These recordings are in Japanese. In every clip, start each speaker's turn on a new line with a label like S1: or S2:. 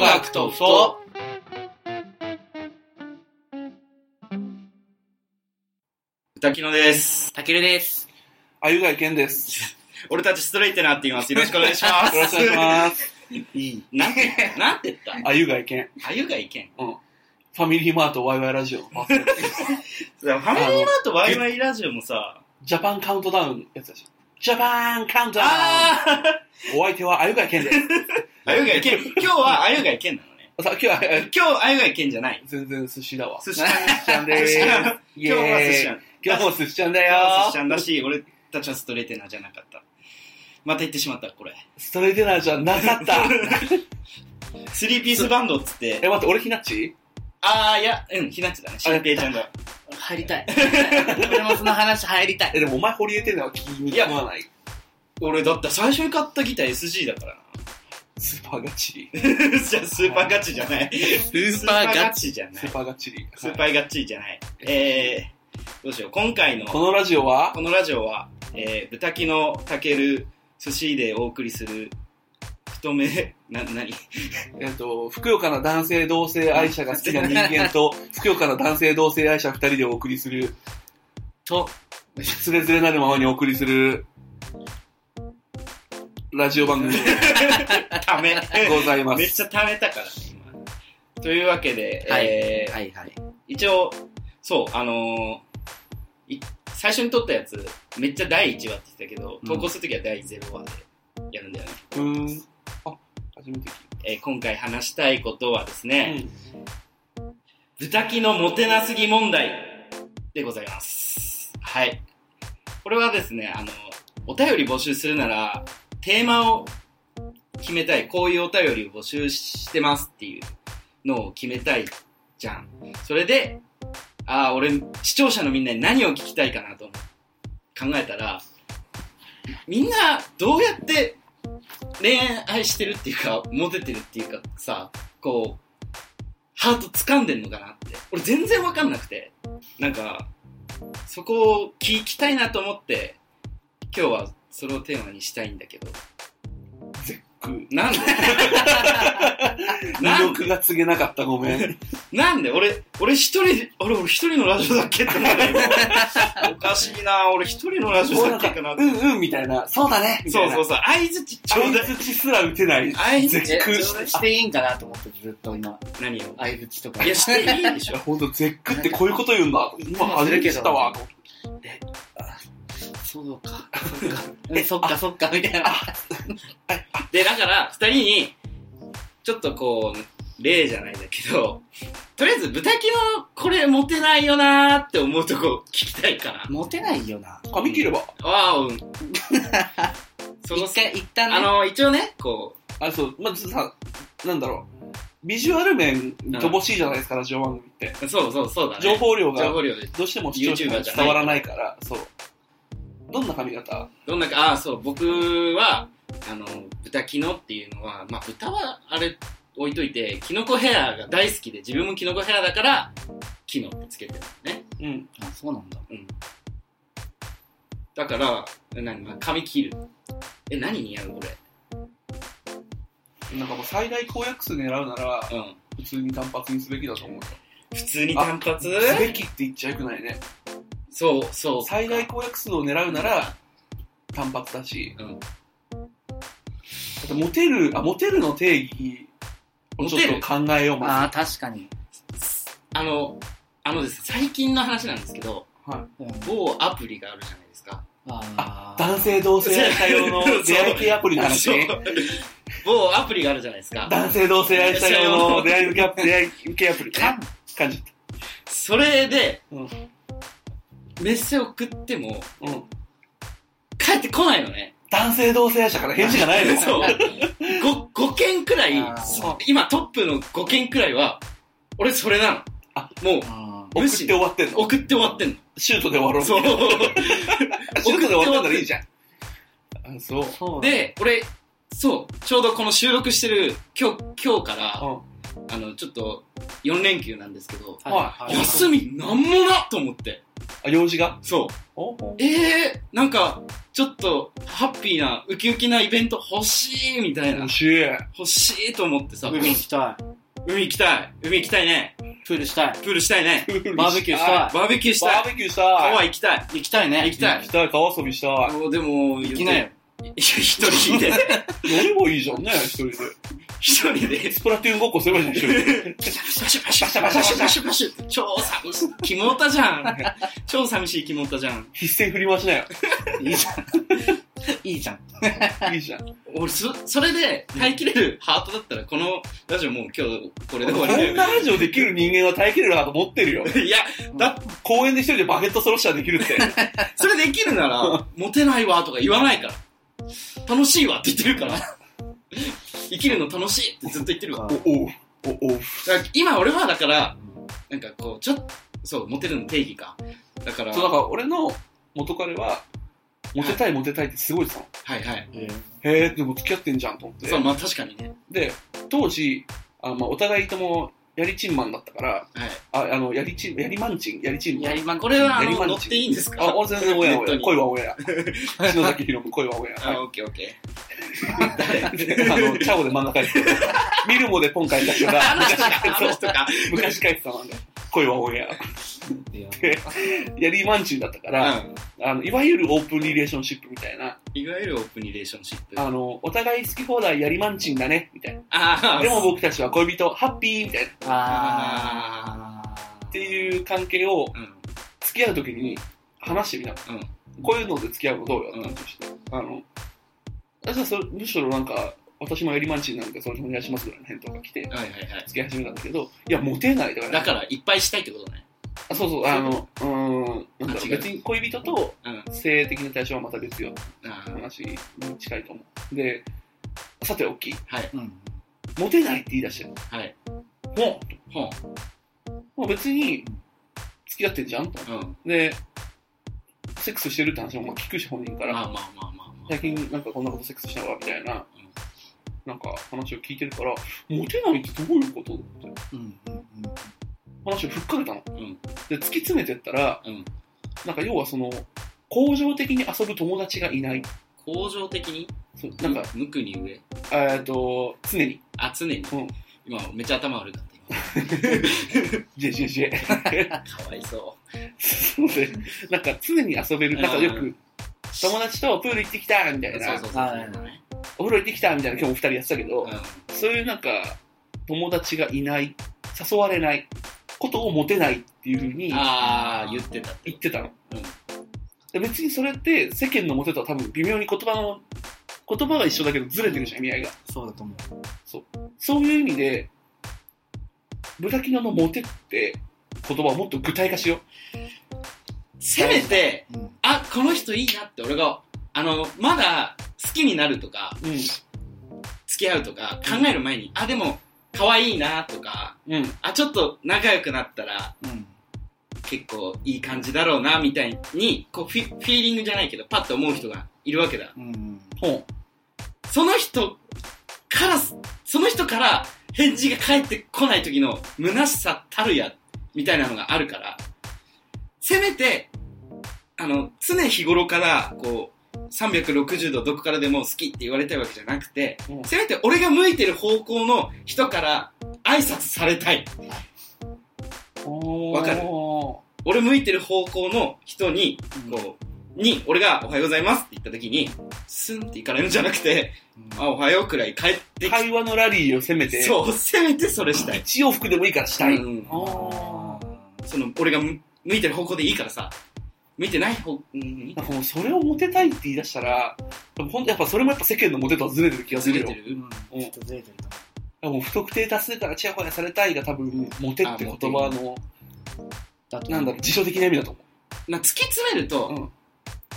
S1: 学とふと
S2: 滝野です。
S1: たけるです。
S3: あゆがいけんです。
S2: 俺たちストレイってなって言います。よろしくお願いします。
S3: よろしくお願いします。
S2: いい。なんて、なんて言っ
S3: あゆがいけん。
S2: たあゆがいけん。
S3: ファミリーマートワイワイラジオ。
S2: ファミリーマートワイワイラジオもさ、
S3: ジャパンカウントダウンのやつだし。ジャパンカウントダ
S2: あ
S3: ウンお相手はあゆがいけんです。
S2: ー あゆがいけん。今日はあゆがいけんなのね。
S3: さあ、今日は、え
S2: 今日あゆがいけんじゃない。
S3: 全然寿司だわ。
S2: 寿司ちゃん。
S3: 司 ちゃんでーす
S2: 寿司ちゃん
S3: イ
S2: 今日は寿司ちゃ
S3: エーイ
S2: ん。
S3: 今日も寿司ちゃんだよ
S2: 今日は寿司ちゃんだし、俺たちはストレイテナーじゃなかった。また言ってしまった、これ。
S3: ストレイテナーじゃなかった。
S2: スリーピースバンドっつって
S3: え、、待って、俺ひなっち
S2: あー、いや、うん、ひなっちだね。しんぺいちゃんだ。
S1: 入りたい。俺もその話入りたい。
S3: え、でもお前堀江テナーは気に食わない。
S2: 俺だって最初に買ったギター SG だからな。
S3: スーパーガチ リ。
S2: じゃあスーパーガチじゃない。ス
S1: ーパーガチ
S2: じゃな
S3: スー
S2: い。
S3: パーガチリ。
S2: スー
S3: はい
S2: パーガチじゃない。えー、どうしよう。今回の、
S3: こ
S2: こ
S3: のラジオは、
S2: のラジオは、えー、豚キのたける寿司でお送りする、太め、な、なに
S3: えっと、ふくよかな男性同性愛者が好きな人間と、ふくよかな男性同性愛者二人でお送りする、
S1: と、
S3: つれづれなるままにお送りする、ラジオ番組で
S2: ため。
S3: ございま
S2: めっ
S3: す。
S2: ちゃためた からね、今。というわけで、
S1: はい
S2: えー
S1: はいはい。
S2: 一応、そう、あのーい最初に撮ったやつ、めっちゃ第1話って言ってたけど、投稿するときは第0話でやるんだよね。
S3: うーん。あ、初めて聞い
S2: えー今回話したいことはです
S3: た。
S2: ね、豚キのもてなすぎ問題でございます。はい。これはですね、あの、お便り募集するなら、テーマを決めたい。こういうお便りを募集してますっていうのを決めたいじゃん。それで、ああ、俺、視聴者のみんなに何を聞きたいかなと考えたら、みんなどうやって恋愛してるっていうか、モテてるっていうかさ、こう、ハート掴んでんのかなって。俺全然わかんなくて。なんか、そこを聞きたいなと思って、今日はそれをテーマにしたいんだけど。
S3: く
S2: なんで
S3: 魅
S2: なん
S3: 力
S2: で
S3: が告げなかった、ごめん。
S2: なんで俺、俺一人、俺俺一人のラジオだっけって思ったよおかしいな俺一人のラジオ
S3: も
S2: だ
S3: うな
S2: っ
S3: ん
S2: け
S3: か、
S2: かなっ
S3: う
S2: て。
S3: んうんみたいな、そうだねみた
S2: そ
S3: いうな。
S2: そうそう、相づちちょうだい。
S3: 相づちすら打てない。
S2: 相づ
S3: 絶
S1: え、
S3: 句。
S1: それしていいんかなと思ってずっと今、
S2: ち。何を
S1: 相づちとか。
S2: いや、していいでしょ。
S3: ほんと、絶句ってこういうこと言うんだ。今初めて知ったわ。
S1: そ うか、そっか。うんそっか、そっか、みたいな。
S2: で、だから、二人に、ちょっとこう、例じゃないんだけど、とりあえず、豚キのこれモテないよなーって思うとこ聞きたいかな。
S1: モテないよな。
S3: 髪切れば。
S2: ああ、うん。その
S1: 一回、一旦
S2: あ
S1: ね。
S2: の、一応ね、こ
S3: あ、そう、まずさ、なんだろう。ビジュアル面、乏しいじゃないですか、ラジオ番組って。
S2: う、そうそう、そうだね。
S3: 情報量が
S2: 情報量で。
S3: どうしても視聴者に伝わらないから、そう。どんな髪型
S2: どんなか、ああ、そう、僕は、あの、豚キノっていうのは、まあ、豚は、あれ、置いといて、キノコヘアが大好きで、自分もキノコヘアだから、キノってつけてるのね。
S3: うん。
S1: あ、そうなんだ。
S2: だから、何、まあ、髪切る。え、何似合うこ
S3: なんかもう最大公約数狙うなら、
S2: れ。うん。
S3: 普通に単発にすべきだと思うよ。
S2: 普通に単発
S3: すべきって言っちゃよくないね。
S2: そう、そう。
S3: 最大公約数を狙うなら、単発だし。
S2: うん
S3: だってモテる、あ、モテるの定義をちょっと考えよう、ま
S1: ああ、確かに。
S2: あの、あのですね、最近の話なんですけど、
S3: ず。はい。
S1: うん
S2: 某アプリがあるじゃないですか。
S1: あー
S3: 男性同性愛者用 の出会い系アプリの話
S2: そう。某アプリがあるじゃないですか。
S3: 男性同性愛者用の出会い向けアプリ、出会い系アプリ。
S1: かん
S3: 感じた。
S2: それで、
S3: うん
S2: メッセ送っても、
S3: うん。
S2: 帰ってこないのね。
S3: 男性同性愛者から返事がないの
S2: そう。5、5件くらい、
S1: あー
S2: そう今トップの5件くらいは、俺それなの。
S3: あ
S2: も
S1: あ
S3: 送って終わってん
S2: う、
S3: の
S2: 送って終わってん
S3: シュートで終わろ
S2: の。
S3: う
S2: そう。
S3: シュートで終わったんならいいじゃん。あ、そう。
S1: ーそう だ
S2: で、俺、そう、ちょうどこの収録してる、今日、今日から、
S3: うん
S2: あの、ちょっと、4連休なんですけど、
S1: はいはい
S2: 休みなんもなと思って。
S3: あ、用事が
S2: そう。
S3: おお
S2: ええー、なんか、ちょっと、ハッピーな、ウキウキなイベント欲しいみたいな
S3: 面。白い。
S2: 欲しいと思ってさ、
S1: 海行きたい。
S2: 海行きたい。海行きたいね。
S1: プールしたい。
S2: プールしたいね。
S1: バーベキューした
S2: バーベキューし
S3: バ
S2: た
S3: ー
S2: い。
S3: ベキューしたい。
S2: 川行きたい。
S1: い。行きたいね。
S2: 行きたい
S3: 行きたい、川遊びした い。
S2: もうでも、
S1: 行きなよ。
S2: いや。一人で、
S3: 乗ればいいじゃんね、一人で。
S2: 一人で。
S3: スプラトゥーンごっこすればいいじゃん、一人で。
S2: パシュパシュパシュパシュパシュパシュ超寂しい。キモタじゃん。超寂しいキモタじゃん。
S3: 必死振り回しなよ。
S1: いいじゃ ん。いいじゃん。
S3: いい じゃん。
S2: 俺、そ、それで耐えきれるハートだったら、このラジオもう今日これで終
S3: こ
S2: わりだ
S3: ん
S2: よ。
S3: なラジオできる人間は耐えきれるなと思ってるよ。
S2: いや、だ
S3: 公園で一人でバケットソロッシャーできるって。
S2: それできるなら、モテないわとか言わないから。楽しいわって言ってるから。生きるの楽しいってずっと言ってるわ。
S3: お、おう、お、おう。
S2: だから今俺はだから、なんかこう、ちょっと、そう、モテるの定義か。だから、
S3: そう、だから俺の元彼は、モテたいモテたいってすごいさ。
S2: はいはい。
S1: えー
S3: へえ、でも付き合ってんじゃんと思って
S2: そう、。まあ確かにね。
S3: で、当時、あのまあ、お互いとも、やりチンマンだったから、
S2: はい。
S3: あ、あの、やりチン、やりマンチン、やりチンマン
S1: やりまん、
S2: これは、あ
S3: やりま
S2: の、
S3: んじ
S2: 乗っていいんですか
S3: あ、俺全然オンエア、
S2: ネットに
S3: 恋はオンエ ア。篠崎ひろむ、恋はオンエア。はい
S2: あ、オッケーオッケ
S3: であの、チャオで漫画描いてた。ミルモでポン書いた人が
S2: ー。あの人か、あの
S3: 昔、
S2: 人か。
S3: そう昔書いてた漫画。恋はオンエ
S1: いや
S3: ア。やりマンチンだったか
S2: う
S3: ら、
S2: ん。
S3: あの、いわゆるオープンリレーションシップみたいな、
S2: いわゆるオープンリレーションシップ。あ
S3: あの、お互い好き放題やりマンチンだね、みたい
S2: あ
S3: な。
S2: ー、
S3: でも僕たちは恋人、ハッピー、みたいな。っ
S1: あー。
S3: て
S1: う。
S3: いう関係を
S2: うん。
S3: 付き合うときに話してみな。こういうので付き合うのどうよって話して。あの、私はそれむしろなんか、私もやりマンチンなんでそれお願いしますぐらいの返答が来て、
S2: はいはいはい。
S3: 付き合い始めたんだけど、いや、モテないだから。
S2: だから、いっぱいしたいってことね。
S3: あそうそう、あの、うーん、なんだろ
S2: あ違
S3: う
S2: う
S3: 別に恋人と
S2: うん。
S3: 性的な対象はまた別よって
S2: あー
S3: 話に近いと思う。で、さておき、
S2: はい。
S1: うん。
S3: モテないって言い出してる。
S2: はい。
S3: も
S2: ほん。
S3: う、もう別に付き合ってんじゃんと。
S2: うん。
S3: で、セックスしてるって話もまあ聞くし本人から
S2: ま、あまあまあまあまあ。
S3: 最近なんかこんなことセックスしたわみたいな、なんか話を聞いてるから、モテないってどういうことって
S1: うん。うん。うん
S3: 話をふっかけたの。
S2: うん
S3: で、突き詰めてったら、
S2: うん
S3: なんか要はその、恒常的に遊ぶ友達がいない。
S2: 恒常的に
S3: そうなんか、
S2: 無垢に上
S3: えっと、常に、
S2: あ、常に。
S3: うん
S2: 今、めっちゃ頭悪かった。今
S3: ジェジェジェ。
S2: かわいそ
S3: そうで、 なんか常に遊べる、なんかよく、
S2: う。
S3: 友達とプール行ってきたみたい
S2: そう
S3: な
S2: そ、うそう。
S1: はい
S2: ね
S3: お風呂行ってきたみたいな、今日も二人やってたけど、
S2: う
S3: そういうなんか、友達がいない、誘われないことをモテないっていうふうに
S2: ん。ああ、言ってた。
S3: 言ってたの。
S2: うん
S3: で別にそれって世間のモテとは多分微妙に言葉の、言葉が一緒だけどずれてるじゃん、意味合いが。
S1: そうだと思う。
S3: そういう意味で、ブラキノのモテって言葉をもっと具体化しよ
S2: せめて、
S1: うん。
S2: あ、この人いいなって俺が、あの、まだ好きになるとか、
S3: う。
S2: 付き合うとか考える前に、あ、でも、可愛いなとか、
S3: うん。うん。
S2: あ、ちょっと仲良くなったら、
S1: うん。
S2: 結構いい感じだろうな、みたいに、こうフィ、フィーリングじゃないけど、パッと思う人がいるわけだ。
S1: うん。
S3: ほう。
S2: その人から、その人から返事が返ってこない時の虚しさたるや、みたいなのがあるから、せめて、あの、常日頃から、こう、360度どこからでも好きって言われたいわけじゃなくて、
S3: うん
S2: せめて俺が向いてる方向の人から挨拶されたい。
S3: おー
S2: わかる俺向いてる方向の人に、こう、に、俺がおはようございますって言った時に、スンって行かれるんじゃなくて、あ、おはようくらい帰ってきて、
S3: 会話のラリーをせめて、う。
S2: そう、せめてそれしたい。
S3: 一往復でもいいからしたい。
S2: うん
S3: あ
S2: その、俺がむ向いてる方向でいいからさ、向いてない方、うん
S3: ー、なんかもうそれをモテたいって言い出したら、本当やっぱそれもやっぱ世間のモテとはずれてる気がす
S2: ず
S3: る
S2: れて
S3: よ。だか
S2: る、
S1: うん。ちょっとずれてると思
S3: らもう不特定多数からチヤホヤされたいが多分、モテって言葉の、
S1: う。だと
S3: なんだろう、辞書的な意味だと思
S2: な突き詰めると、
S3: うん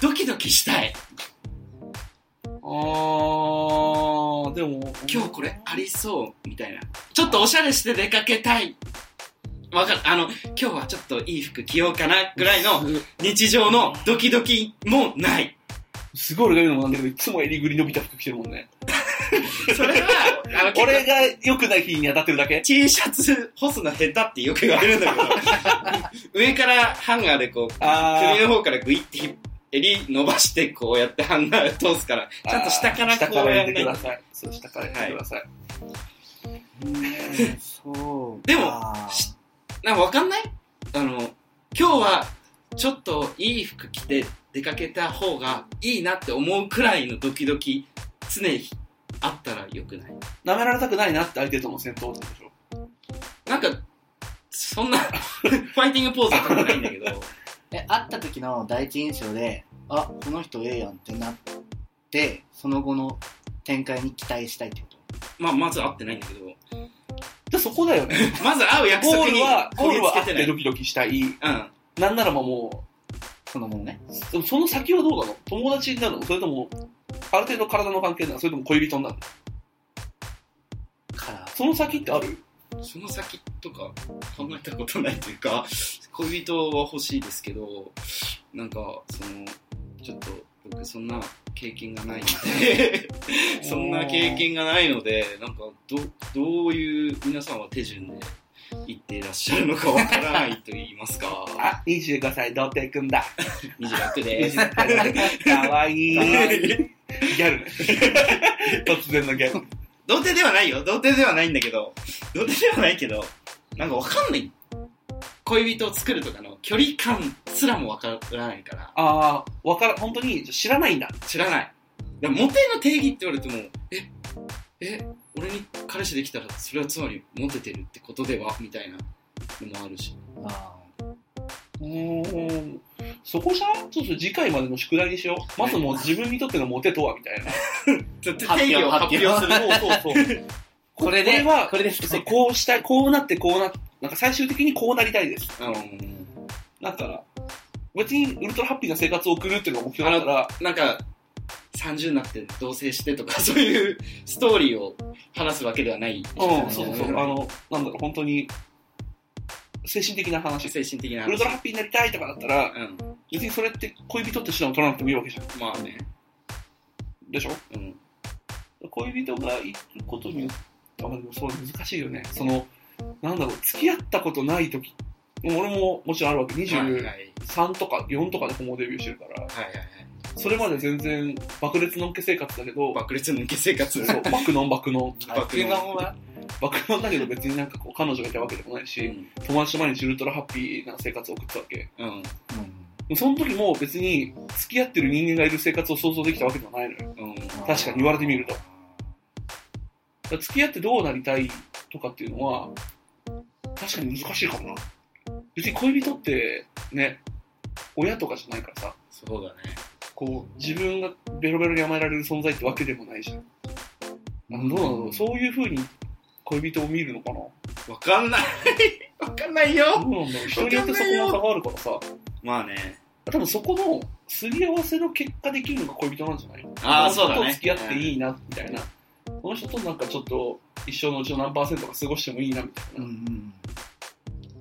S2: ドキドキしたい。
S3: う。あー、でも、
S2: 今日これありそう、みたいな。ちょっとおしゃれして出かけたい。わかる。あの、今日はちょっといい服着ようかな、ぐらいの
S3: す
S2: 日常のドキドキもない。
S3: すごい俺が言うのもなんだけど、いつも襟ぐり伸びた服着てるもんね。
S2: それは、あの、結構
S3: 俺が良くない日に当たってるだけ
S2: T シャツ干すの下手ってよく言われるんだけど、上からハンガーでこう、
S3: あ
S2: 首の方からグイって引っ襟伸ばしてこうやってハンガー通すから、
S3: あー
S2: ちゃんと下から
S3: 下
S2: こう
S3: から
S2: や
S3: やっ
S2: ん
S3: て
S2: な
S3: く
S2: いと。
S3: ださい。そう、下からやってください。
S1: うんそうか。
S2: でもしなんかわかんないあの、今日はちょっといい服着て出かけた方がいいなって思うくらいのドキドキ常にあったらよくない
S3: 舐められたくないなって相手との戦闘ってことでしょ。
S2: なんか、そんな、 ファイティングポーズとかないんだけど、
S1: え、会った時の第一印象で、あ、この人ええやんってなって、その後の展開に期待したいってこと
S2: まあ、まず会ってないんだけど、
S3: じゃあそこだよね。
S2: まず会う約
S3: ゴ
S2: 束
S3: ー
S2: に
S3: ルは、ゴ
S2: こ
S3: ー
S2: ぎ
S3: ル
S2: つ
S3: はあっ
S2: けてな
S3: て
S2: い。
S3: ドキドキしたい。
S2: うん。
S3: なんならも
S1: そのものね。
S3: う、そその先はどうなの友達になるのそれとも、ある程度体の関係なのそれとも恋人になるの
S1: から。
S3: その先ってある。
S2: その先とか考えたことないというか、恋人は欲しいですけど、なんか、その、ちょっと僕そんな経験がないので、そんな経験がないので、なんか、ど、どういう皆さんは手順で行っていらっしゃるのかわからないと言いますか
S3: あ、25歳童貞くんだ。
S2: 26です。
S3: かわいい。ギ
S2: 童
S3: ャルね。 突然のギャル。
S2: 貞ではないよ。童貞ではないんだけど、童貞ではないけど、なんかわかんない。恋人を作るとかの距離感すらもわからないから。
S3: ああ、わから、本当に知らないんだ。
S2: 知らない。でもモテの定義って言われても、え、え、俺に彼氏できたら、それはつまりモテてるってことではみたいなのもあるし。
S1: あ
S3: うーん。そこじゃんそうそう、次回までの宿題にしよう。まずもう自分にとってのモテとは、みたいな。
S2: 定
S1: 発表
S2: 義を発表する。
S3: そうそうそう。
S1: これ
S3: こ
S1: で、
S3: れは
S1: これです
S3: そうこうしたい、こうなって、こうな、なんか最終的にこうなりたいです。
S2: あの
S3: なんか、別にウルトラハッピーな生活を送るっていうのが目標だから、
S2: なんか、30になって同棲してとか、 そういうストーリーを話すわけではない。
S3: うん、
S1: の
S3: そうそうそう、
S1: うん
S3: あの、なんだろう、本当に、精神的な話。
S2: 精神的な
S3: ウル
S2: 話
S3: ト。ラハッピーになりたいとかだったら、
S2: うん。
S3: 別にそれって恋人って手段を取らなくてもいいわけじゃ
S2: まあね。
S3: ん。でしょ
S2: うん。
S3: 恋人がいることによって、あ、まあでもそう難しいよね。その、なんだろう、付き合ったことない時、もう俺ももちろんあるわけ、
S2: はいはい。
S3: 23
S2: はい
S3: とか4とかでホモデビューしてるから、
S2: はいはい。
S3: それまで全然爆裂のんけ生活だけど、
S2: 爆裂抜け生活。
S3: そう、爆のん爆のん。
S2: 爆弾は
S3: 爆のんだけど別になんかこう彼女がいたわけでもないうし、
S2: ん。
S3: 友達と毎日ウルトラハッピーな生活を送ってたわけ。
S2: うん。
S1: うん。
S3: その時も別に付き合ってる人間がいる生活を想像できたわけではないのよ。
S2: うん。
S3: 確かに言われてみるとだから付き合ってどうなりたいとかっていうのは、確かに難しいかもな。別に恋人って、ね、親とかじゃないからさ、
S2: そうだね。
S3: こう、自分がベロベロに甘えられる存在ってわけでもないじゃん。あのどうなのそういう風に恋人を見るのかな
S2: わかんない。 わかんないよ。
S3: どうなんだろう人によってそこの差があるからさ、
S2: まあね。
S3: 多分そこのすり合わせの結果できるのが恋人なんじゃない
S2: あー
S3: この人
S2: そうだね
S3: と付き合っていいな、みたいな。この人となんかちょっと一生のうちの何パーセントか過ごしてもいいな、みたいな。
S1: うんうん。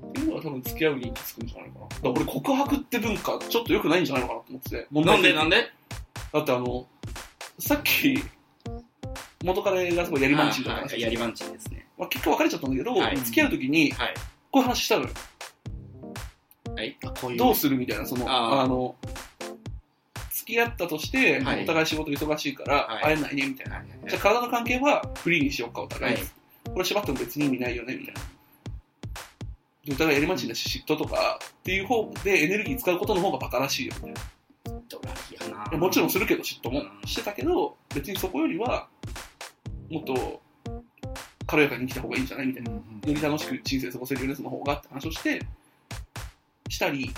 S3: っていうのは多分付き合うに行き着くんじゃないかな。だから俺告白って文化ちょっと良くないんじゃないのかなと思ってて。問
S2: な
S3: 題
S2: ん
S3: 点
S2: でなんで
S3: だってあの、さっき、元彼がすごいやりまんちんだ話、
S2: はいやりまんちんですね。
S3: まあ、結果別れちゃったんだけど、
S2: はい
S3: 付き合うときに、
S2: はい。
S3: こういう話したのよ。
S1: あこういう。
S3: どうするみたいな、その、
S2: あ
S3: あ
S2: ー
S3: の、付き合ったとして、
S2: はい
S3: お互い仕事忙しいから、
S2: はい
S3: 会えないね、みたいな。じゃあ体の関係はフリーにしようか、お互い。
S2: はい
S3: これ縛っても別に意味ないよね、みたいな。でお互いやりまんちんだし、嫉妬とかっていう方でエネルギー使うことの方がバカらしいよ、みたいな。
S2: ドラキや
S3: いや
S2: な。
S3: もちろん
S2: そ
S3: するけど、嫉妬も
S2: うん
S3: してたけど、別にそこよりは、もっと軽やかに生きた方がいいんじゃないみたいな。
S1: うんう
S3: よ
S1: ん
S3: り楽しく人生過ごせるよね、その方がって話をして、したり、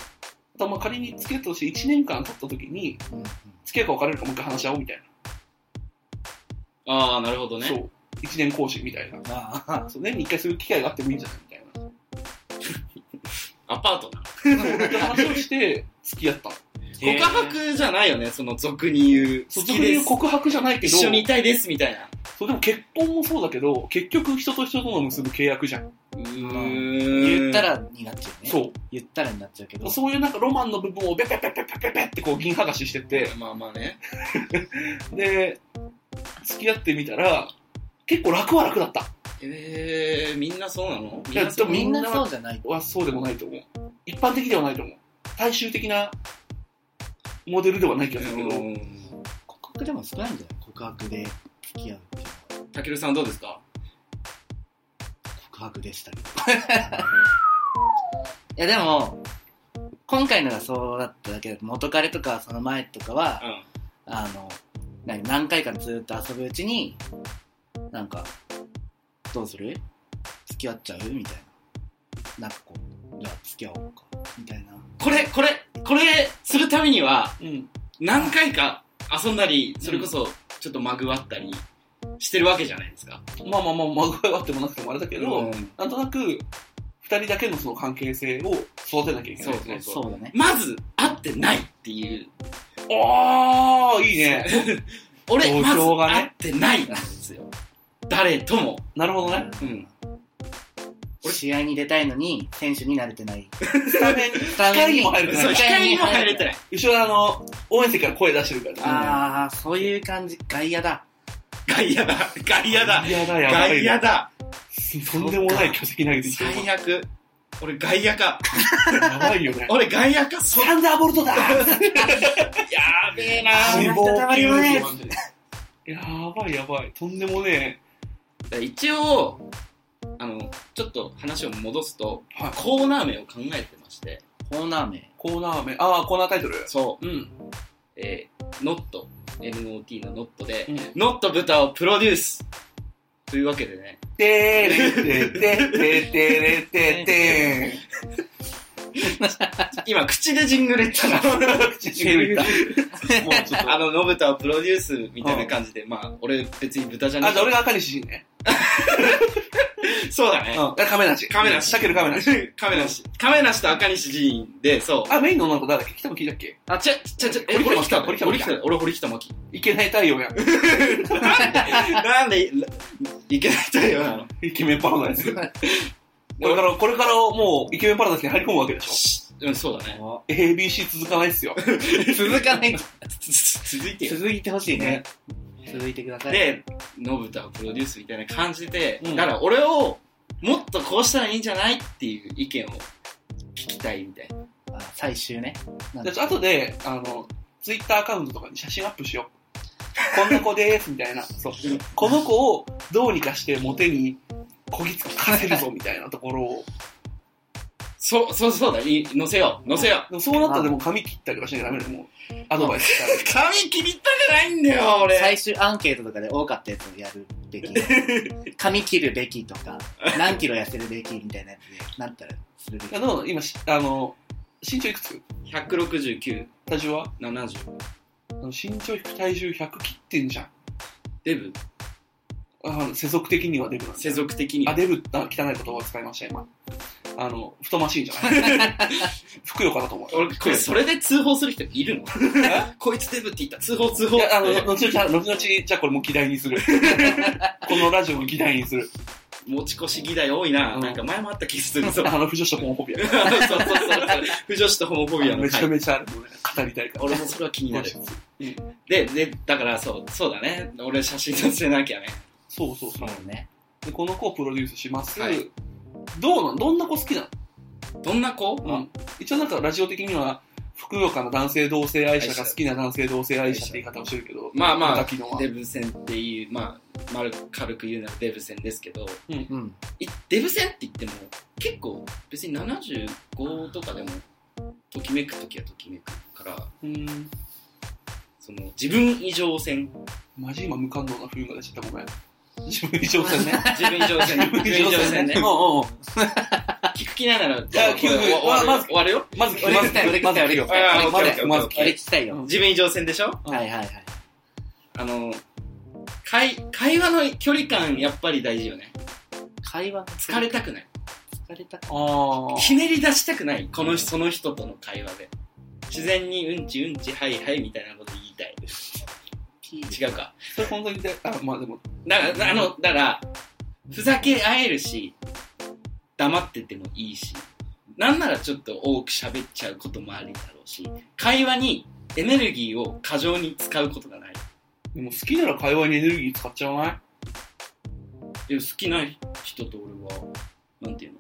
S3: あとはまあ仮に付き合ったとして1年間経った時に、
S1: うんうん
S3: 付き合うか別れるかもう一回話し合おうみたい
S2: ああ、なるほど
S3: な。
S2: ね。
S3: そう。1年講習みたいな。
S1: ああ、
S3: そう年に1回そういう機会があってもいいんじゃないみたいな。
S2: アパートな。
S3: そういう話をして、付き合ったの。
S2: 告白じゃないよね、その俗に言う。
S3: そう
S2: 好き
S3: いう
S2: です。
S3: 告白じゃないけど、
S2: 一緒にいたいです、みたいな。
S3: そうでも結婚もそうだけど、結局人と人との結ぶ契約じゃん。
S2: う
S1: えー
S2: ーん。
S1: 言った。らになっちゃうね。
S3: そう。
S1: 言ったらになっちゃうけど。
S3: そういうなんかロマンの部分をペペペペペペペってこう銀剥がししてって、
S2: まあまあね。
S3: で、付き合ってみたら、結構楽は楽だった。
S2: えー、みんなそうなのみん
S3: や
S2: なそう
S3: でも
S1: みんなそうじゃない。
S3: はそうでもないと思う。一般的ではないと思う。大衆的なモデルではない気がするけど、
S2: うん
S1: 告白でも少ないんじゃない告白で付き合うっていうのは
S2: たけるさんどうですか
S1: 告白でしたけど。いやでも、今回のがそうだっただけで、元彼とかその前とかは、
S2: うん。
S1: あの、何何回かずっと遊ぶうちに、なんか、どうする付き合っちゃうみたいな。なんかこう、じゃあ付き合おうか。みたいな。
S2: これ、これ、これするためには、
S3: うん、
S2: 何回か遊んだり、それこそちょっとまぐわったりしてるわけじゃないですか。
S3: まあまあまあ、まぐわってもなくてもあれだけど、
S2: うん
S3: なんとなく、二人だけのその関係性を育てなきゃいけないですね。
S1: そうだね。
S2: まず、会ってないっていう。
S3: あー、いいね。
S2: 俺、
S3: 土
S2: まず
S3: 俵がね
S2: 会ってないんです よ。誰とも。
S3: なるほどね。
S2: うん。俺
S1: 試合に出たいのに、選手になれてない。
S3: スタメン
S1: スタメン
S3: 控えにも入れて
S2: そ
S3: な
S2: う、
S3: い
S2: 機械にも入れてない。
S3: 後ろあの、応援席から声出してるからね。
S1: あー、そういう感じ。外野だ。
S2: 外野だ。外野だ。
S3: 嫌だ、やば
S2: 外
S3: い
S2: 野
S3: な。
S2: だ。
S3: とんでもない巨石投げてきてる。
S2: 最悪。俺外野か。
S3: やばいよね。
S2: 俺外野か、そ、や
S3: サンダーボルトだ
S2: べえな
S1: あー
S3: 死
S1: 脂
S3: 亡
S1: 肪球ですよ
S3: やばいやばい。とんでもね
S2: 一応、あの、ちょっと話を戻すと、
S3: え。はい。
S2: コーナー名を考えてまして、
S1: コーナー名。
S3: コーナー名。ああ、コーナータイトル。
S2: そ
S3: うん。
S2: う、えー、ノット、NOT のノットで、
S3: うん。
S2: ノット豚をプロデュースというわけでね、
S3: てーれててててれてて
S2: 今口でジングル言った な。
S3: ーん。もうちょっと。
S2: あの、野豚をプロデュースみたいな感じで、まあ、俺別に豚じゃな
S3: あ、
S2: い
S3: じゃあ俺が赤西仁ね。
S2: そうだ
S3: う
S2: ね。
S3: ん。亀梨。
S2: 亀梨
S3: シャケル亀梨。
S2: 亀梨。亀梨と赤西寺院で、そう。
S3: あ、メインの女の子誰だっけ北野聞いたっけ
S2: あ、ちゃ、ちゃ、ちゃ、え、
S3: 堀
S2: 堀
S3: 北
S2: 北だ、
S3: 真希
S2: 堀北
S3: 堀
S2: 堀
S3: 北
S2: 北だ、俺堀北真希。
S3: いけない太陽やん。
S2: なんで、いけないというな の
S3: イケメンパラダイス。これから、これからもうイケメンパラダイスに入り込むわけでしょ。
S2: うん、そうだね。
S1: お
S3: ABC 続かないっすよ。
S1: 続かない。
S2: 続いてよ。
S1: 続いてほしいね。続いてください。、
S2: で、のぶたをプロデュースみたいな感じで、
S3: うん
S2: だから俺を、もっとこうしたらいいんじゃないっていう意見を聞きたいみたいな。
S1: あ最終ね。
S3: じゃあちょっと後で、あの、ツイッターアカウントとかに写真アップしよう。こんな子でーす、みたいな。そう。この子をどうにかしてモテにこぎつかせるぞ、みたいなところを。
S2: そう、そう、そうだ、い乗せよう、乗せよう。
S3: でもそうなったらでも髪切ったりとかしなきゃダメだよ、もう。アドバイスしたり。
S2: 髪切りたくないんだよ、俺。
S1: 最終アンケートとかで多かったやつをやるべき。髪切るべきとか、何キロ痩せるべきみたいなやつになったらするべ き。
S3: あの、今し、あの、身長いくつ
S2: 169、
S3: 体重は
S2: 70。
S3: あの身長引く体重100切ってんじゃん。
S2: デブ、
S3: あの世俗的にはデブなんだ
S2: 世俗的に
S3: あ、
S2: は。
S3: デブって汚い言葉を使いました、今。あの、太ましいんじゃない ふくよかだと思う。
S2: 俺、これ、それで通報する人いるの こいつデブって言った。通報、通報
S3: い
S2: って。
S3: や、あの、後々、後々、じゃあこれもう議題にす る。このラジオも議題にする。
S2: 持ち越し議題多いな。
S3: うん
S2: なんか前もあった気するぞ。
S3: あの、不女子とホモフォビア。
S2: そうそうそう。不女子とホモフォビアの
S3: めちゃ
S2: 回。
S3: めちゃあるのね、語りたいから。
S2: 俺もそれは気になる
S3: そ。
S2: で、で、だからそう、そうだね。俺写真撮せなきゃね。
S3: うそうそう。
S1: そうね。
S3: でこの子をプロデュースします。
S2: はい
S3: どうなんどんな子好きな
S2: どんな子、
S3: の、うん、一応なんかラジオ的には、ふくよかな男性同性愛者が好きな男性同性愛者って言い方をしてるけど、
S2: まあまあ
S3: 叩きのは
S2: デブ戦っていう、まあ、丸軽く言うならデブ戦ですけど、
S1: うん。
S2: いデブ戦って言っても、結構別に75とかでも、ときめくときはときめくから、
S3: うん。
S2: その、自分以上戦。
S3: マジ今無感動な冬が出ちゃったごめん。自分以上だね。
S2: 自分以上戦。 自分以上戦ね
S3: う。んうんうん。
S2: 聞く気ないなら、じ
S3: や
S2: ゃあ、
S3: 聞く
S2: 終わ
S3: ま
S2: る
S3: ず
S2: 終わるよ。
S3: まず聞
S1: 俺
S3: ま
S1: 聞
S3: ず
S1: きたい、俺
S3: 聞
S1: 聞きたい、俺
S3: まず聞
S1: 聞きたい。
S2: あー
S1: ま
S2: オ
S1: だ
S2: ッケー
S1: まだ
S2: オッケー
S1: 俺聞きたいよ。
S2: 自分以上戦でしょ
S3: うん
S1: はいはいはい。
S2: あの、会、会話の距離感やっぱり大事よね。
S1: 会話が
S2: 疲れたくない。
S1: 疲れた。
S3: ああ。
S2: ひねり出したくない。この人、その人との会話で。自然にうんちうんちはいはいみたいなこと言いたい。違うか。
S3: それ本当にで、あ、まあでも、
S2: だからな、あの、だから、ふざけ合えるし、黙っててもいいし、なんならちょっと多く喋っちゃうこともありだろうし、会話にエネルギーを過剰に使うことがない。
S3: でも好きなら会話にエネルギー使っちゃわない
S2: でも好きな人と俺は、なんていうの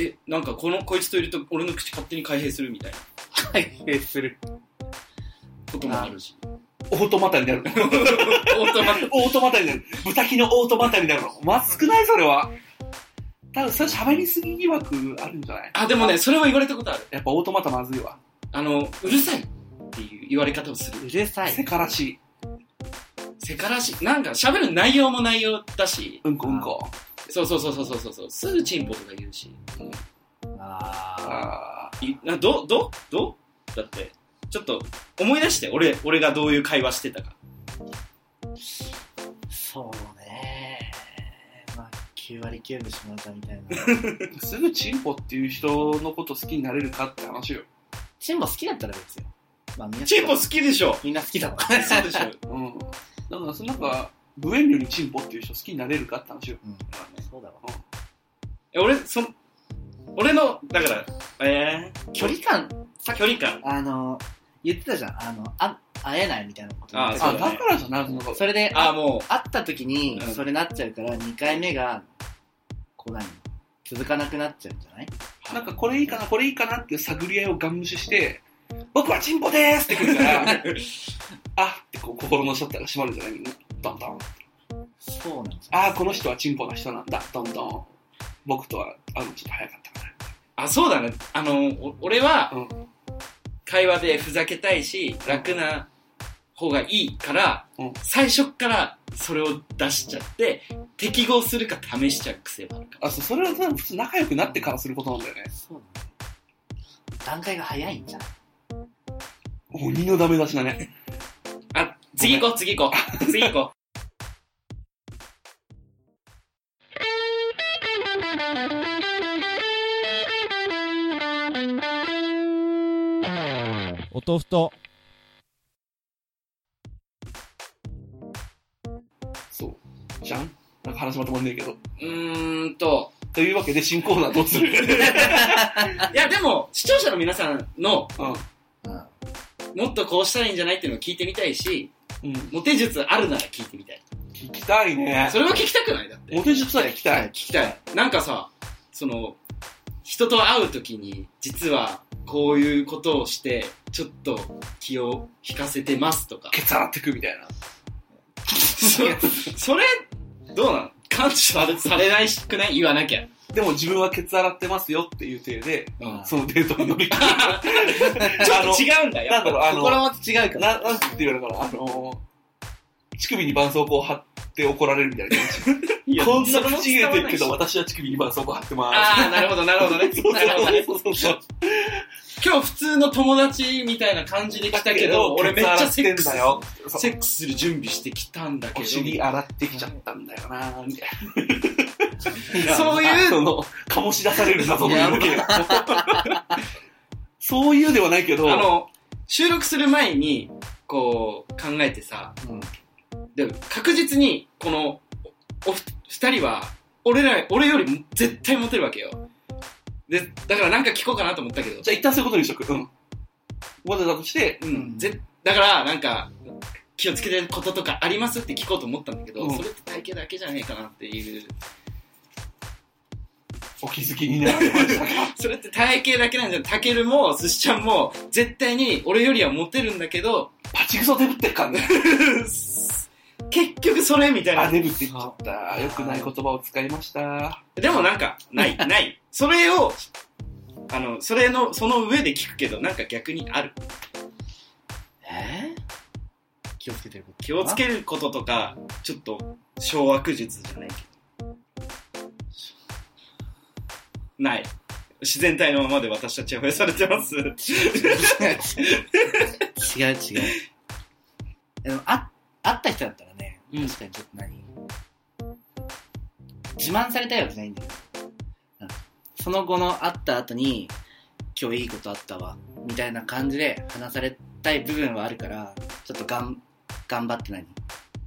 S2: え、なんかこのこいつといると俺の口勝手に開閉するみたいな
S1: はい。
S3: え、する。
S2: こともあるし。
S3: オートマタになる。
S2: オートマ
S3: オートマタになる。豚キのオートマタになるの。まずくないそれは。多分それ喋りすぎ疑惑あるんじゃない
S2: あ、でもね、それは言われたことある。
S3: やっぱオートマタまずいわ。
S2: あの、うるさいっていう言われ方をする。
S1: うるさ
S3: せ
S1: い。
S3: からしい。
S2: せからしい、なんか喋る内容も内容だし、
S3: うんこうんこ。
S2: そうそうそうそうそうそう、すぐチンポとか言うし、
S3: あ
S1: あ
S3: ー
S2: いなど、ど、どだって、ちょっと思い出して、俺、俺がどういう会話してたか。
S1: ーそうね。まあ、9割9分しまったみたいな。
S3: すぐチンポっていう人のこと好きになれるかって話よ。
S1: チンポ好きだったら別 よ。まあ、みんな
S2: チンポ好きでしょ
S1: みんな好きだわ。
S2: そうでしょ。
S3: うん。だから、そのなんか、無遠慮にチンポっていう人好きになれるかって話よ。
S1: うん。そうだわ。
S2: え俺、そん、俺の、だから、え
S1: 距離感、
S2: ー、距離感。
S1: あの、言ってたじゃん。あの、あ会えないみたいなこと言ってた
S2: そ
S3: あ、
S2: う
S3: だ
S2: だね
S3: からじゃない、そのか。
S1: それで、
S2: あ、も
S1: 会った時に
S2: うん
S1: それなっちゃうから、2回目が、こう何続かなくなっちゃうんじゃない
S3: なんか、これいいかな、これいいかなっていう探り合いをガン無視して、僕はチンポでーすって来るから、あってこう心のシャッターが閉まるんじゃないみんな。どんどん。
S1: そうなんです
S3: ああ、この人はチンポな人なんだ。どんどん。僕とは、あの、ちょっと早かったか
S2: う、あ、そうだね。あの、お俺は
S3: うん、
S2: 会話でふざけたいし、楽な方がいいから
S3: うん、
S2: 最初っからそれを出しちゃって、適合するか試しちゃう癖があるから。
S3: ら。あ、そう、それは多分普通仲良くなってからすることなんだよね。
S1: そうだね。段階が早いんじゃん。
S3: 鬼のダメ出しだね。
S2: あ、次行こう、次行こ う。次行こ
S4: お豆腐と
S3: そう。じゃんなんか話まとまんねえけど。
S2: う。うーんと、
S3: というわけで新コーナーどうする
S2: いや、でも、視聴者の皆さんの、
S3: う
S1: うん。
S2: もっとこうしたらいいんじゃないっていうのを聞いてみたいし、
S3: ん。うん。
S2: モテ術あるなら聞いてみたい。
S3: 聞きたいね
S2: そ。れは聞きたくないだって。
S3: モテ術は聞きたい
S2: 聞。きたい。なんかさ、その、人と会うときに、実は、こういうことをして、ちょっと気を引かせてます とか。
S3: ケツ洗ってくみたいな。
S2: そそれ、どうなの感知されされないしくない言わなきゃ。
S3: でも自分はケツ洗ってますよっていう体で、
S2: うん
S3: そのデートに乗り切る。
S2: ちょ
S3: あの
S2: っと違うんだよ。
S3: なんだろう、あ
S1: 心
S3: の、
S1: 持ち違うから。
S3: ななんて言うのかな、あの、乳首に絆創膏貼って怒られるみたいな感
S2: い
S3: じ。
S2: や
S3: こんな口入れてるけ。
S2: そ
S3: ど、
S2: も
S3: 私は乳首に絆創膏貼って
S2: 伝
S3: ま
S2: わらないしああ、なるほど、なるほどね。
S3: す。そう
S2: なるほどね
S3: そうそうそうそう。
S2: 今日普通の友達みたいな感じで来たけど、俺めっちゃセックス
S3: だ、よ。
S2: セックスする準備してきたんだけ
S3: お
S2: ど、
S3: 尻洗ってきちゃったんだよなみたい な。
S2: そういう
S3: その、醸し出される謎の動きが。 そういうではないけど、
S2: あの、収録する前に、こう、考えてさ、
S1: うん。
S2: でも確実に、この、お、おふ二人は、俺ら、俺よりも絶対モテるわけよ。で、だからなんか聞こうかなと思ったけど、
S3: じゃあ一旦そういうことにしとく。うん。わざだとして、
S2: うん、ぜ、だからなんか、気をつけてることとかありますって聞こうと思ったんだけど、
S3: うん
S2: それって体型だけじゃねえかなっていう、
S3: お気づきになられま したか。
S2: それって体型だけなんじゃない、たけるも、すしちゃんも、絶対に俺よりはモテるんだけど、
S3: パチクソデブってっかんね。
S2: 結局それみたい
S3: あ、
S2: な。
S3: デブって言っちゃった。よくない言葉を使いました。
S2: でもなんか、ない、ない。それを、あの、それの、その上で聞くけど、なんか逆にある。
S1: えー気をつけてること。
S2: 気をつけることとか、ちょっと、小悪術じゃないけど。ない。自然体のままで私たちは増やされてます。
S1: 違う違う。でも、あ、会った人だったらね、
S3: うん
S1: 確かにちょっと何、自慢されたいわけじゃないんだよ。なんかその後の会った後に、今日いいことあったわ、みたいな感じで話されたい部分はあるから、ちょっとがん、頑張って何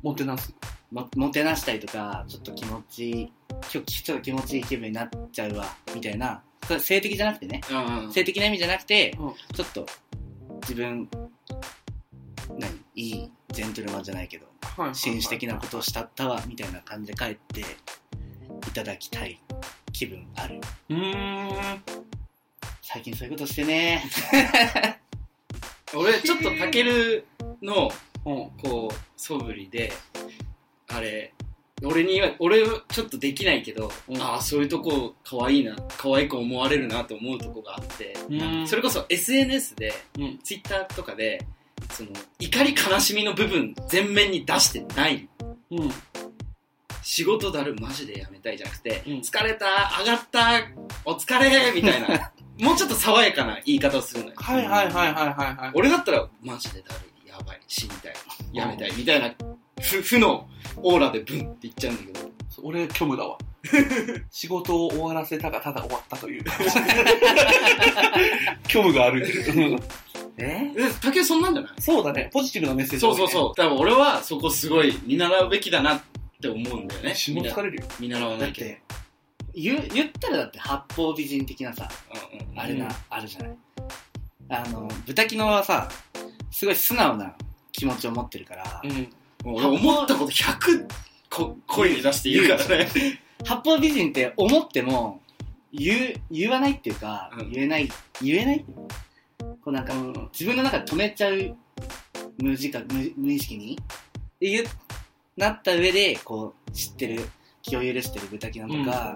S3: モテナス。
S1: も、もてなしたりとか、ちょっと気持ちいい、今日ちょっと気持ちいい気分になっちゃうわ、みたいな、それ性的じゃなくてね、
S2: うん
S1: 性的な意味じゃなくて、
S3: うん
S1: ちょっと自分何いいジェントルマンじゃないけど
S3: はい
S1: 紳士的なことをしたったわみたいな感じで帰っていただきたい気分ある
S3: うーん
S1: 最近そういうことしてね
S2: 俺、ちょっとタケルの、
S3: うん
S2: こう、素振りで、あれ、俺には、俺はちょっとできないけど、
S3: うん
S2: ああ、そういうとこ、可愛いな、可愛く思われるなと思うとこがあって、
S3: うん
S2: なんかそれこそ SNS で、
S3: うん
S2: ツイッターとかで、その、怒り悲しみの部分、全面に出してない。
S3: うん
S2: 仕事だる、マジでやめたいじゃなくて、
S3: うん
S2: 疲れた、上がった、お疲れ、みたい な、もうちょっと爽やかな言い方をするのよ。
S3: はいはいはいはいはいはい
S2: 俺だったら、マジでだるい、やばい、死にたい、やめたい、みたいな、ふ、負のオーラでブンっていっちゃうんだけど、
S3: 俺虚無だ わ仕事を終わらせたがただ終わったという虚無があるうん
S1: え
S2: え竹内そんなんじゃない
S3: そうだねポジティブなメッセージ
S2: そうそう
S3: う
S2: そう。多分俺はそこすごい見習うべきだなって思うんだよね。
S3: 死ぬ疲れるよ
S2: 見習わ
S1: だ
S2: な
S1: っ
S2: きゃ。
S1: て言う言ったらだって八方美人的なさ
S2: うんうん
S1: あれ
S3: う
S1: な、
S3: ん
S1: あるじゃない。あの、豚キノはさ、すごい素直な気持ちを持ってるから、
S3: うん
S2: もう俺思ったこと100こ声に出して言うからね。
S1: 八方美人って思っても、言う、言わないっていうか、
S2: うん
S1: 言えない、言えないこうなんか、
S3: うん
S1: 自分の中で止めちゃう、無自覚、無無意識に、で言う、なった上で、こう、知ってる、気を許してる豚キノとか、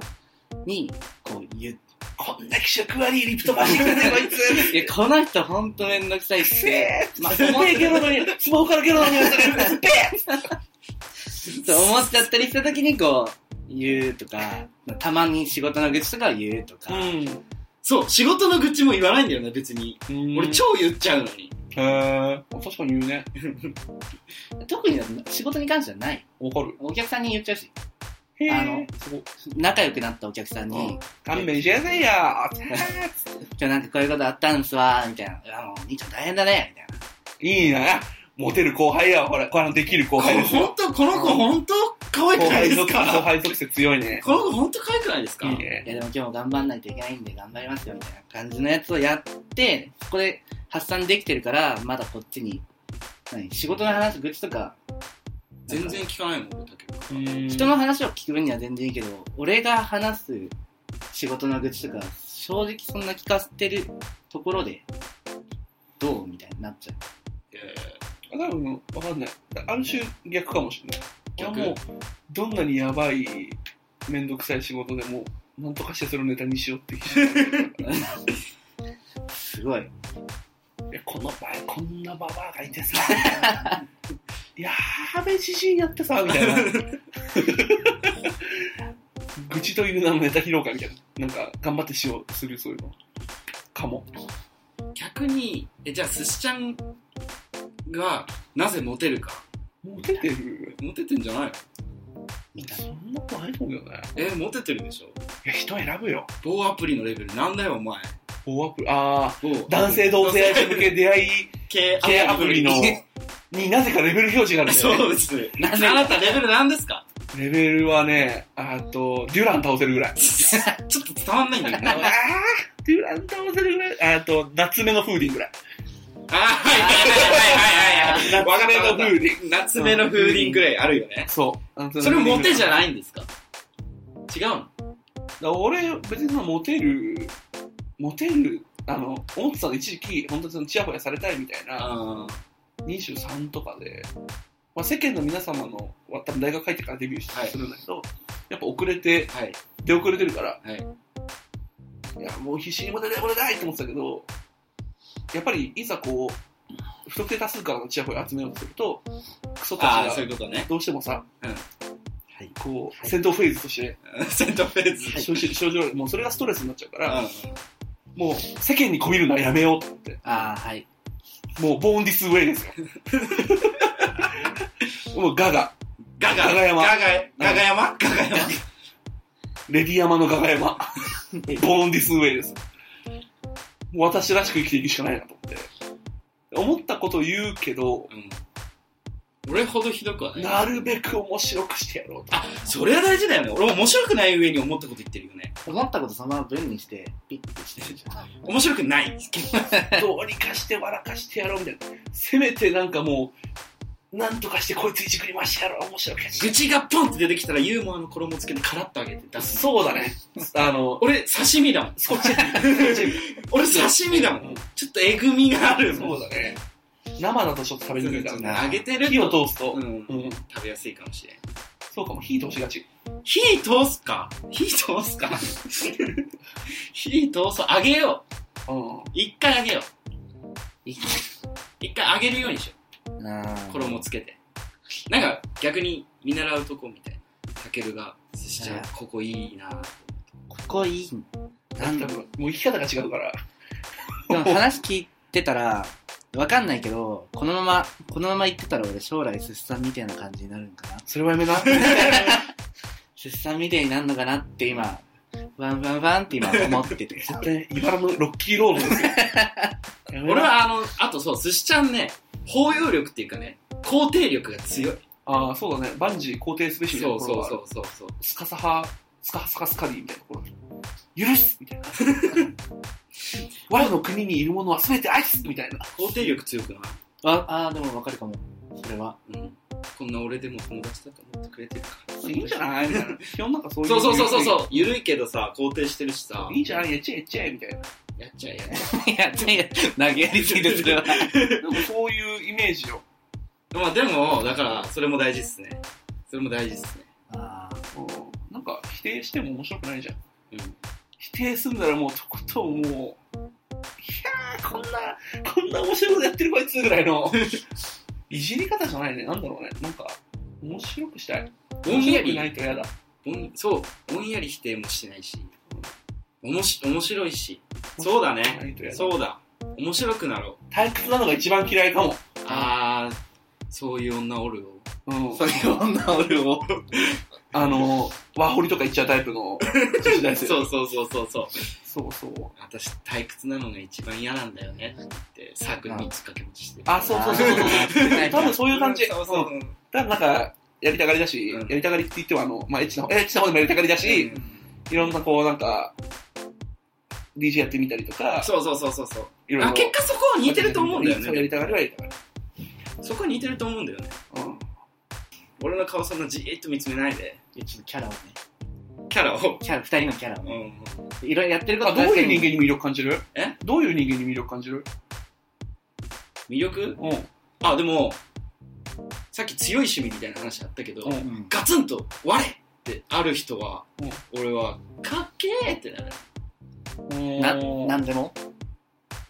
S1: に、こう言う。
S3: こんな気色悪いリプトバシンだこいつ
S1: いや、この人ほんとめんどくさいっ
S3: せえ
S1: て。まあ、
S3: すっ
S1: 思っ
S3: げえゲロのにスマホからゲロのにするすっげえ
S1: そう思っちゃったりした時にこう、言うとか、たまに仕事の愚痴とかは言うとか、
S2: そう、仕事の愚痴も言わないんだよね、別に。
S3: うん
S2: 俺超言っちゃうのに。
S3: へえ確かに言うね
S1: 特に仕事に関してはない。
S3: わかる
S1: お客さんに言っちゃうし、
S3: へえ
S1: あの仲良くなったお客さんに、
S3: うん勘弁してくだ さいよ
S1: 今日なんかこういうことあったんすわ、みたいな。いやもう、兄ちゃん大変だね、みたいない
S3: いなモテる後輩やほらこれのできる後
S2: こ
S3: 輩
S2: れ
S3: ですよ
S2: 本当この子本当可愛くな
S3: 後
S2: い
S3: 輩
S2: です
S3: 属性、後
S2: か
S3: 輩属性強いね。
S2: この子本当可愛くないですか
S3: いいね。。
S1: いやでも今日も頑張んないといけないんで頑張りますよ、みたいな感じのやつをやって、そこで発散できてるから、まだこっちに、何仕事の話、愚痴とか、
S2: 全然聞かないもん、俺だけ ど。
S1: 人の話を聞く分には全然いいけど、俺が話す仕事の愚痴とか、正直そんな聞かせてるところで、どうみたいになっちゃう。
S2: いやいや
S3: 多分、わかんない。ある種逆かもしれない。
S2: 逆
S3: 俺はもう、どんなにやばい、めんどくさい仕事でも、なんとかしてそれをネタにしようっ ていう。
S1: すごい。
S3: いやこの場合、こんなババアがいてさ、やーべじじいやってさ、みたいな。愚痴という名のネタ披露会みたいな。なんか、頑張ってしよう、する、そういうの。かも。
S2: 逆に、え、じゃあ、すしちゃんが、なぜモテるか。
S3: モテてる
S2: モテてんじゃないの
S1: みたいな。
S3: そんなことないと思うけどね。
S2: え、モテてるでしょ
S3: いや、人選ぶよ。
S2: 某アプリのレベル、なんだよ、お前。
S3: 大アプリ、ああ、
S2: 某
S3: 男性同性愛者向け出 会い
S2: 系
S3: 系アプリの、になぜかレベル表示があるんだよね
S2: そうですね。
S1: な
S2: あ
S1: んで
S2: なた、レベル何ですか
S3: レベルはね、あと、デュラン倒せるぐ らい。
S2: ちょっと伝わんないんだけど
S3: あ。ーデュラン倒せるぐらい。あと、夏目のフーディンぐらい。
S2: あ、はいはいはいはいはい。わか
S3: 夏目の
S2: る
S3: フーディン。
S2: 夏目の風鈴ぐらいあるよね。
S3: そう。
S2: それモテじゃ
S3: い
S2: ないんですか違うの
S3: 俺、別にまあモテる、モテる、あの、思ってたの一時期、本当にそのチヤホヤされたいみたいな、
S2: あー
S3: 23とかで、まあ世間の皆様の、わ多分大学入ってからデビューしたりするんだけど、やっぱ遅れて、
S2: はい。
S3: 出遅れてるから、
S2: はい。
S3: いや、もう必死にモテない、モテないって思ってたけど、やっぱりいざこう、不特定多数からのチヤホヤ集めようとすると、クソ
S2: ああ、
S3: た
S2: そうい
S3: ち
S2: う
S3: が
S2: ことね。
S3: どうしてもさ、
S2: うん
S1: い
S3: こう、戦闘フェーズとして、
S2: セントフェーズ。
S3: 症状症状もうそれがストレスになっちゃうから、
S2: うん
S3: もう世間にこびるのはやめようと思って、
S1: ああ、はい。
S3: もうボーンディスウェイです よ。もうガガ、
S2: ガガ、
S3: ガガ山
S2: ガガ、ガガ山ガガ山。
S3: レディ山のガガ山、ボーンディスウェイです。もう私らしく生きていくしかないなと思って。思ったことを言うけど、
S2: うん俺ほどひどくはない。
S3: なるべく面白くしてやろうと。
S2: あ、それは大事だよね。俺面白くない上に思ったこと言ってるよね。
S1: 思ったことそのまま文にして、ピッてしてる じゃん。
S2: 面白くない。
S3: どうにかして笑かしてやろうみたいな。せめてなんかもう、なんとかしてこいついじくりましたやろ面白くや
S2: 愚痴がポンって出てきたらユーモアの衣つけてカラッとあげて出す。
S3: そうだね。あの、
S2: 俺、刺身だもん。
S3: スコッチエッ
S2: 俺、刺身だもん。ちょっとえぐみがある
S3: グ。
S2: も
S3: そ
S2: ん
S3: う。だね。生だとちょっと食べにくいか
S2: ちょっと
S3: ら
S2: ね揚げてる
S3: ね。火を通すと
S2: う。ん
S3: う。ん。
S2: 食べやすいかもしれん。
S3: そうかも、火通しがち。
S2: 火通すか火通すか 火通そう。あげよう。
S3: うん。
S2: 一回あげよう。
S1: 一
S2: 一回あげるようにしよう。衣つけて。なんか、逆に見習うとこみたいな。たけるが、寿司ちゃん
S1: ね、
S2: ここいいなぁ
S1: ここいい。なんだ
S3: 多
S1: ろ
S3: 分
S1: う。
S3: もう生き方が違うから。
S1: でも話聞いてたら、わかんないけど、このまま、このまま行ってたら俺将来出産みたいな感じになるんかな。
S3: それはやめな。
S1: 出産みたいになるのかなって今、ワンワンワンって今思ってて。
S3: 絶対、茨のロッキーロードですよ。 やめな
S2: 俺、は、あの、あとそう、寿司ちゃんね、包容力っていうかね、肯定力が強い。
S3: ああ、そうだね。バンジー肯定すべしみた
S2: そ
S3: いな
S2: う
S3: と
S2: そ
S3: ころ
S2: う
S3: があ
S2: そ
S3: る。
S2: うそうそう。
S3: スカサハ、スカハスカスカディみたいなところ。許すみた いな。我の国にいるものは全て愛すみたいな。
S2: 肯定力強くない
S1: あ、あーでもわかるかも。それは。
S2: うん。こんな俺でも友達だと思ってくれてるから。
S3: いいんじゃないみたいな。基本なんかそういう。
S2: そうそうそうそうそう。ゆるいけどさ、肯定してるしさ。
S3: いいんじゃないやっちゃえやっちゃえみたいな。
S2: やっちゃえやっちゃ
S1: いや、いや、投げやりすぎてそ れは。
S3: なんかそういうイメージよ。
S2: え。まあでも、だから、それも大事っすね。それも大事っすね。
S1: あ
S3: うんなんか否定しても面白くないじゃん。
S2: うん。
S3: 否定するならもうとことんもう、いやー、こんな、こんな面白いことやってるこいつぐらいの、いじり方じゃないね。なんだろうね。なんか、面白くしたい。
S2: ぼん
S3: 面
S2: や
S3: 白く
S2: り
S3: ないと嫌だ。
S2: ぼんそう、ぼんやり否定もしてないし。おもし、面白いし。そうだね。
S3: ないと嫌だ。
S2: そうだ。面白くなろう。
S3: 退屈なのが一番嫌いかも。
S2: あー、そういう女おるよ。
S3: うん
S1: ー。そういう女俺を。
S3: あの、ワーホリとか行っちゃうタイプの女子大生。
S2: そうそうそうそうそう。
S3: そうそう。
S2: 私、退屈なのが一番嫌なんだよねって、サークルにつっかけ持ちしてる。
S3: あ、そうそうそうそう
S1: あー
S3: 多分そういう感じ。
S2: そうそう
S3: うん多分なんか、やりたがりだし、
S2: うん
S3: やりたがりって言ってもあの、まあ、エッチな方、エッチな方でもやりたがりだし、いろんなこう、なんか、DJ やってみたりとか、
S2: そうそうそうそうそう。
S3: いろいろ
S2: あ、結果そこは似てると思うんだよ
S3: そうや
S2: ね。
S3: りたがりはやりたが
S2: そこは似てると思うんだよね。
S3: り。うん。
S2: 俺の顔そんなじーっと見つめないで、
S1: いやちょっとキャラをね。
S2: キャラを。
S1: キャラ、二人のキャラを
S2: う
S1: ね。
S2: ん。
S1: いろいろやってること
S3: あ、どう
S1: 確か
S3: いう
S1: に
S3: 人間に魅力感じる
S2: え
S3: どういう人間に魅力感じる
S2: 魅力
S3: うん。
S2: あ、でも、さっき強い趣味みたいな話あったけど、
S3: うん
S1: うん。
S2: ガツンと、我ってある人は、
S3: う
S2: 俺は、かっけーってなる。
S1: な、
S3: うん
S1: なんでも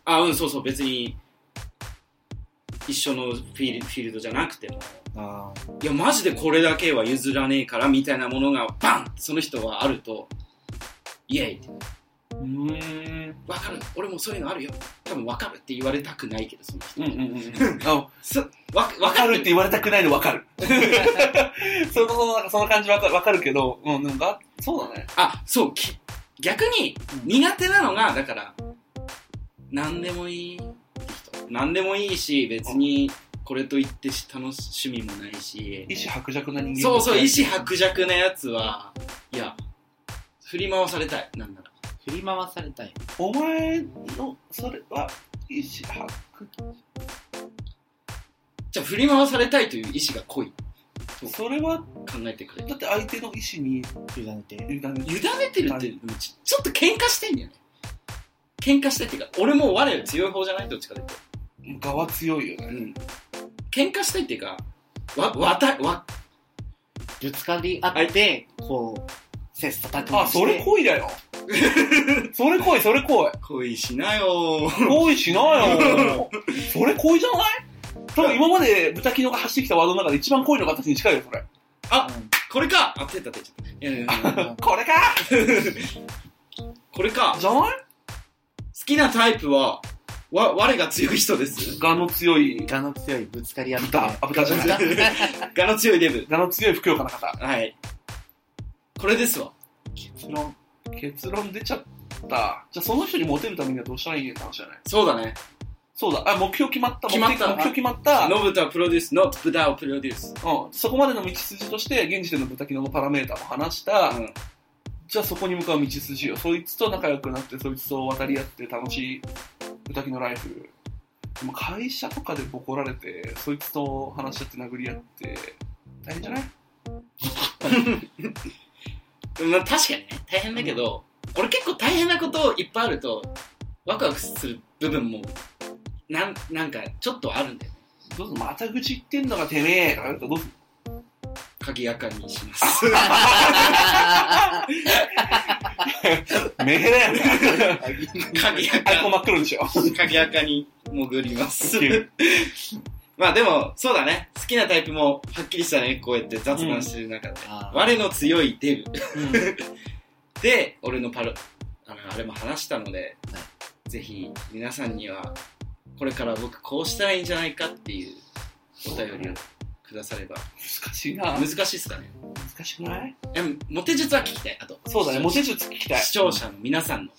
S2: あ、うん、そうそう、別に、一緒のフィールフィールドじゃなくても、
S1: ああ。
S2: いや、マジでこれだけは譲らねえから、みたいなものが、バンってその人はあると、イエイって、
S3: うーん。
S2: わかる俺もそういうのあるよ。多分わかるって言われたくないけど、その人。
S3: うんうんうん。あの
S2: そわわ
S3: わか
S2: かる
S3: るっ
S2: ってて
S3: 言われたくないのわかる。 その、その、なんかその感じわかる、わかるけど、うん、なんか、そうだね。
S2: あ、そう、き逆に
S1: うん
S2: 苦手なのが、だから、何でもいいって人。何でもいいし、別にこれといってし楽し趣味もないし、
S3: 意志薄弱な人間。
S2: そうそう、意志薄弱なやつは、いや、振り回されたい、なんなら。
S1: 振り回されたい。
S3: お前の、それは、意志薄
S2: じゃあ振り回されたいという意志が濃い。
S3: それは、
S2: 考えてくれ
S3: だ。って相手の意志に
S1: 委ねて。
S3: 委ねて、
S2: 委ねてるって、うんちちょっと喧嘩してんだよね。喧嘩してっていうか、俺も我より強い方じゃないどっちかというと。
S3: 側は強いよね。
S2: うん。喧嘩したいっていうか、わ、わた、わ、
S1: ぶつかり合って、こう、切磋琢磨
S3: あ、
S1: して。
S3: それ恋だ よ。それ恋、それ恋。
S2: 恋しなよー。
S3: 恋しない よ。それ恋じゃない多分今まで豚キノが発してきたワードの中で一番恋の形に近いよ、それ。
S2: これかあ、手立てちゃった。いやいやいや
S1: うん。
S3: これか
S2: これか好
S3: じゃない
S2: きなタイプは、わ、我が強い人 です。
S3: 我の強い、
S1: ガの強いぶつかり合って。
S3: 豚、あ、豚じゃない。
S2: 我の強いデブ。
S3: 我の強い不況家な方。
S2: はい。これですわ。
S1: 結論。
S3: 結論出ちゃった。じゃあその人にモテるためにはどうしたらいいねって話じゃない
S2: そうだね。
S3: そうだ。あ、目標決まった。
S2: 決まった
S3: 目的目標決まった。
S2: ノブタプロデュース、ノブタをプロデュース。
S3: うん、そこまでの道筋として、現時点の豚キノのパラメーターも話した、
S2: うん
S3: じゃあそこに向かう道筋よ。そいつと仲良くなって、そいつと渡り合って楽しい豚キノライフでも会社とかでボコられて、そいつと話し合って殴り合って、大変じゃない
S2: まあ、確かにね、大変だけど、俺結構大変なこといっぱいあると、ワクワクする部分も、なん、なんか、ちょっとあるんだよね。
S3: どうするまた愚痴言ってんのがてめえとか言われたらどうする
S2: 鍵やかにします。
S3: めえだよね
S2: 鍵や
S3: アイコン
S2: か、
S3: 真っ黒でしょ。
S2: 鍵やかに潜ります。まあでも、そうだね。好きなタイプも、はっきりしたね、こうやって雑談してる中で。
S1: あー
S2: 我の強いデブ。
S3: うん
S2: で、俺のパロ、あの、あれも話したので、
S1: は
S2: ぜひ皆さんには、これから僕こうしたらいいんじゃないかっていうお便りをくだされば。
S3: 難しいな。
S2: 難しいですかね。
S3: 難しくない
S2: いやモテ術は聞きたい。あと、
S3: そうだね、
S2: 視
S3: モテ術聞きたい。
S2: 視聴者の皆さんの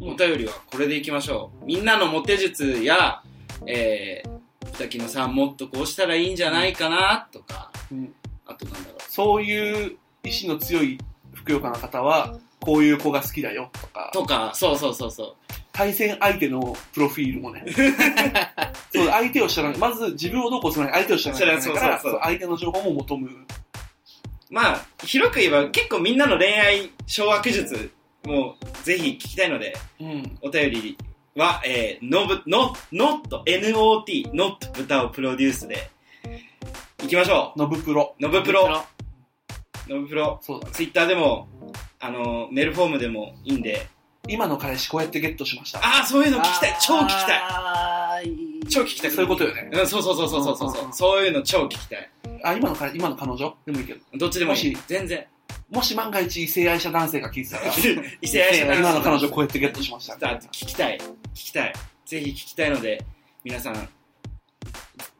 S3: うん
S2: お便りはこれでいきましょう。みんなのモテ術や、えー、滝野さんもっとこうしたらいいんじゃないかな、とか、
S3: うん
S2: あとなんだろう。
S3: そういう意志の強いふくよかな方は、こういう子が好きだよとか、
S2: とか、そうそうそうそう。
S3: 対戦相手のプロフィールも ね。そう、相手を知らない。まず自分をどうこうするのに相手を知らないといけないから、
S2: そ
S3: そう
S2: そうそうそう
S3: う相手の情報も求む。
S2: まあ、広く言えば結構みんなの恋愛掌握術もぜひ聞きたいので、
S3: うん。
S2: お便りは、えー、のぶ、の、not, not, not 豚をプロデュースで、行きましょ
S3: ノブプロ。
S2: う。のぶプロ、のぶプロ、
S3: そうだね。
S2: ツイッターでも、あの、メールフォームでもいいんで、
S3: 今の彼氏こうやってゲットしました。
S2: ああ、そういうの聞きたい超聞きたい
S1: たい
S2: 超聞きたい
S3: そういうことよね。
S2: うん、そうそうそうそうそうそう
S3: うんうん
S2: そうう。
S3: ん
S2: そういうの超聞きたい。
S3: あ、今の彼、今の彼女でもいいけど。
S2: どっちでもいい
S3: もし。
S2: 全然。
S3: もし万が一異性愛者男性が聞いてたら、
S2: 異 性愛者男性
S3: 今の彼女こうやってゲットしました。
S2: あ聞きたい聞きたいぜひ聞きたいので皆さん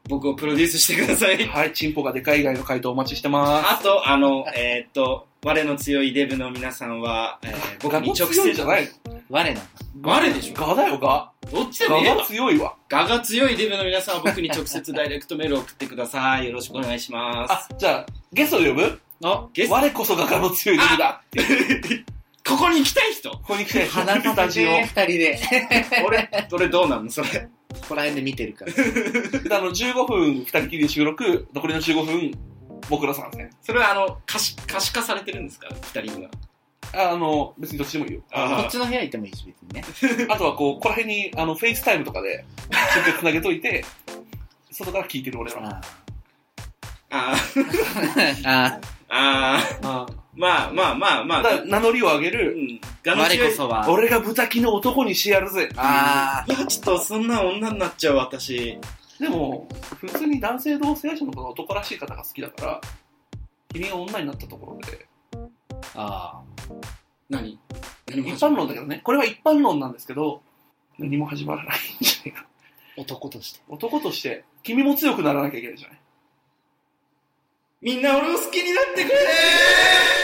S2: 僕をプロデュースしてください
S3: はい、チンポがでかい以外の回答お待ちしてます。
S2: あとあのえーっと我の強いデブの皆さんは、えー僕に直
S3: 強い
S2: 接
S3: じゃない
S1: 我の
S2: 我でしょ
S3: ガだよ、ガ。
S2: どっちでもいい
S3: ガ
S2: よ
S3: が強いわ。
S2: 我が強いデブの皆さんは僕に直接 ダイレクトメールを送ってくださいよろしくお願いします
S3: あ、じゃあ、ゲストで呼ぶ
S2: のゲスト
S3: 我こそがガの強い理由だっていう。
S2: ここに行きたい人
S3: ここに来て、
S1: 鼻
S3: スタ
S1: のタ
S3: ジ
S1: ジ
S3: オ
S1: オ。二人で。
S2: 俺どれどうなんのそれ
S1: ここら辺で見てるから。
S3: あの、15分二人きりで収録、残りの15分、僕ら参戦。
S2: それはあの可視可視化されてるんですか二人には
S3: あの、別にどっちでもいいよ。
S2: あー
S1: こっちの部屋行ってもいいし、別にね。
S3: あとはこう、ここら辺に、あの、フェイスタイムとかで、ちょっと繋げといて、外から聞いてる俺ら。
S1: あ
S2: あー
S1: ーあ
S2: あー
S3: あ
S2: まあまあまあま
S3: あ。
S2: あ
S3: だから名乗りを上
S2: う
S3: げる、
S2: ん
S1: ー、
S2: 我の
S1: 我
S2: 強
S1: こ
S2: い
S1: そは。
S3: 俺が豚キの男にしてやるぜ。
S1: あ
S2: いや、ちょっとそんな女になっちゃう私。
S3: でも、普通に男性同性愛者の方が男らしい方が好きだから、君が女になったところで、
S1: ーあ
S2: 何何も
S3: 一般論だけどね、これは一般論なんですけど、何も始まらないんじゃないか。
S1: ー、男として。
S3: 男として、君も強くならなきゃいけないじゃない。
S2: みんな俺を好きになってくれー